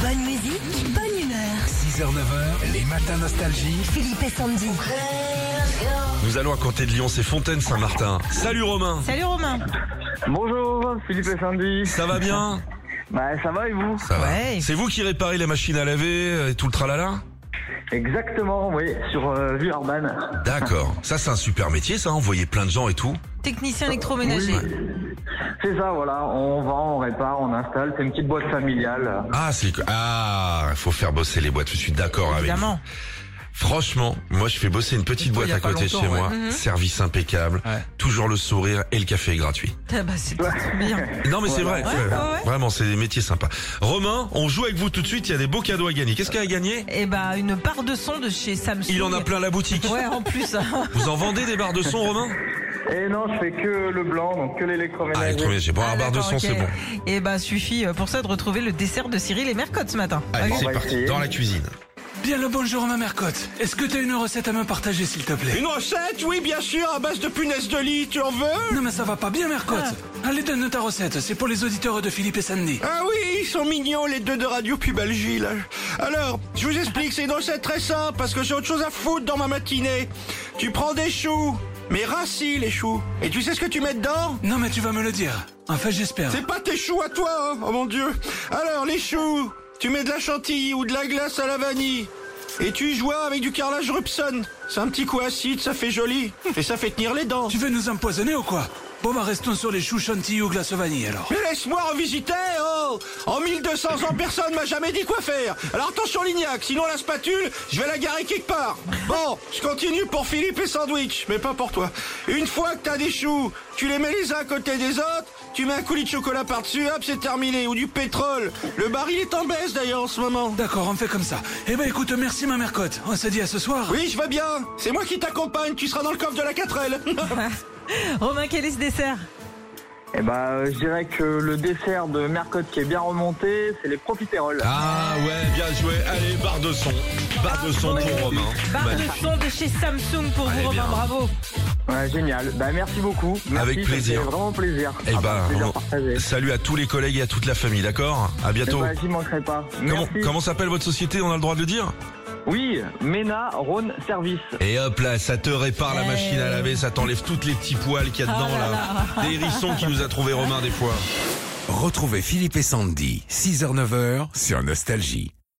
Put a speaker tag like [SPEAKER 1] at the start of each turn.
[SPEAKER 1] Bonne musique, bonne humeur.
[SPEAKER 2] 6h, 9h, les matins nostalgie.
[SPEAKER 1] Philippe et Sandy.
[SPEAKER 3] Nous allons à côté de Lyon, c'est Fontaine Saint-Martin. Salut Romain,
[SPEAKER 4] Salut Romain.
[SPEAKER 5] Bonjour, Philippe et Sandy.
[SPEAKER 3] ça va bien
[SPEAKER 5] Bah, ça va et vous
[SPEAKER 3] Ça va.
[SPEAKER 4] Ouais.
[SPEAKER 3] C'est vous qui réparez les machines à laver euh, et tout le tralala
[SPEAKER 5] Exactement, oui, sur euh, Villeurbanne.
[SPEAKER 3] D'accord. Ça c'est un super métier ça, envoyer plein de gens et tout.
[SPEAKER 4] Technicien électroménager.
[SPEAKER 5] C'est ça, voilà, on vend, on répare, on installe, c'est une petite boîte familiale.
[SPEAKER 3] Ah c'est ah, faut faire bosser les boîtes, je suis d'accord avec. vous.
[SPEAKER 4] Évidemment.
[SPEAKER 3] Franchement, moi je fais bosser une petite boîte
[SPEAKER 6] il y a
[SPEAKER 3] à
[SPEAKER 6] pas
[SPEAKER 3] côté de
[SPEAKER 6] longtemps,
[SPEAKER 3] chez
[SPEAKER 6] ouais.
[SPEAKER 3] moi, service impeccable,
[SPEAKER 6] Ouais.
[SPEAKER 3] toujours le sourire et le café est gratuit.
[SPEAKER 4] Ah bah, c'est trop bien.
[SPEAKER 3] Non mais c'est vrai,
[SPEAKER 4] Ouais,
[SPEAKER 3] c'est vrai.
[SPEAKER 4] ouais, ouais.
[SPEAKER 3] vraiment c'est des métiers sympas. Romain, on joue avec vous tout de suite, il y a des beaux cadeaux à gagner. Qu'est-ce qu'il y a à gagner
[SPEAKER 4] Et bah une barre de son de chez Samsung.
[SPEAKER 3] Il en a plein la boutique.
[SPEAKER 4] Ouais, en plus.
[SPEAKER 3] Vous en vendez des barres de son Romain
[SPEAKER 5] Et non, je fais que le blanc, donc que
[SPEAKER 3] Ah,
[SPEAKER 5] l'électroménager.
[SPEAKER 3] électroménager. Bon,
[SPEAKER 4] Ah,
[SPEAKER 3] barre de
[SPEAKER 4] d'accord,
[SPEAKER 3] son,
[SPEAKER 4] ok.
[SPEAKER 3] c'est bon.
[SPEAKER 4] Et bah suffit euh, pour ça de retrouver le dessert de Cyril et Mercotte ce matin.
[SPEAKER 3] Allez,
[SPEAKER 5] On
[SPEAKER 3] c'est
[SPEAKER 5] va
[SPEAKER 3] parti.
[SPEAKER 5] essayer.
[SPEAKER 3] Ah, Dans la cuisine.
[SPEAKER 6] Bien le bonjour Romain Mercotte. Est-ce que t'as une recette à me partager s'il te plaît
[SPEAKER 7] Une recette, oui, bien sûr, à base de punaises de lit, tu en veux
[SPEAKER 6] Non mais ça va pas bien Mercotte. Allez donne ta recette, c'est pour les auditeurs de Philippe et Sandy.
[SPEAKER 7] Ah oui, ils sont mignons, les deux de Radio Pubalgie, là. Alors, je vous explique, c'est une recette très simple, parce que j'ai autre chose à foutre dans ma matinée. Tu prends des choux, mais rassis, les choux. Et tu sais ce que tu mets dedans
[SPEAKER 6] Non mais tu vas me le dire. Enfin j'espère.
[SPEAKER 7] C'est pas tes choux à toi, hein, oh mon Dieu. Alors, les choux, tu mets de la chantilly ou de la glace à la vanille. Et tu y joues avec du carrelage Rupson. C'est un petit coup acide, ça fait joli. Et ça fait tenir les dents.
[SPEAKER 6] Tu veux nous empoisonner ou quoi Bon bah restons sur les choux chantilly ou glace vanille alors.
[SPEAKER 7] Mais laisse-moi revisiter, oh En 1200 ans, personne m'a jamais dit quoi faire Alors attention Lignac, sinon la spatule, je vais la garer quelque part Bon, je continue pour Philippe et Sandwich, mais pas pour toi. Une fois que t'as des choux, tu les mets les uns à côté des autres, tu mets un coulis de chocolat par-dessus, hop, c'est terminé, ou du pétrole Le baril est en baisse d'ailleurs en ce moment
[SPEAKER 6] D'accord, on fait comme ça. Eh ben écoute, merci ma Mercotte. On se dit à ce soir.
[SPEAKER 7] Oui, je vais bien C'est moi qui t'accompagne, tu seras dans le coffre de la 4L
[SPEAKER 4] Romain, quel est ce dessert
[SPEAKER 5] Et bah, euh, je dirais que le dessert de Mercotte qui est bien remonté, c'est les profiteroles.
[SPEAKER 3] Ah ouais, bien joué. Allez, barre de son. Barre de son pour Romain.
[SPEAKER 4] Barre
[SPEAKER 3] Magnifique.
[SPEAKER 4] de son de chez Samsung pour
[SPEAKER 3] Bah, Allez,
[SPEAKER 4] vous Romain,
[SPEAKER 3] bien.
[SPEAKER 4] bravo.
[SPEAKER 5] Ouais, génial. Bah, merci beaucoup. Merci,
[SPEAKER 3] Ah. Avec
[SPEAKER 5] ça
[SPEAKER 3] plaisir.
[SPEAKER 5] fait vraiment plaisir.
[SPEAKER 3] Eh
[SPEAKER 5] Ah,
[SPEAKER 3] ben,
[SPEAKER 5] bah, plaisir
[SPEAKER 3] Romain,
[SPEAKER 5] partagé.
[SPEAKER 3] salut à tous les collègues et à toute la famille, d'accord À
[SPEAKER 5] Eh
[SPEAKER 3] bientôt.
[SPEAKER 5] bah, j'y manquerai pas.
[SPEAKER 3] Comment,
[SPEAKER 5] Merci.
[SPEAKER 3] comment s'appelle votre société On a le droit de le dire
[SPEAKER 5] Oui, Mena Rhône Service.
[SPEAKER 3] Et hop là, ça te répare la
[SPEAKER 4] Eh.
[SPEAKER 3] machine à laver, ça t'enlève toutes les petits poils qu'il y a dedans
[SPEAKER 4] là
[SPEAKER 3] Ah là. Des hérissons qui nous a trouvé Romain des fois.
[SPEAKER 2] Retrouvez Philippe et Sandy, 6h, 9h sur Nostalgie.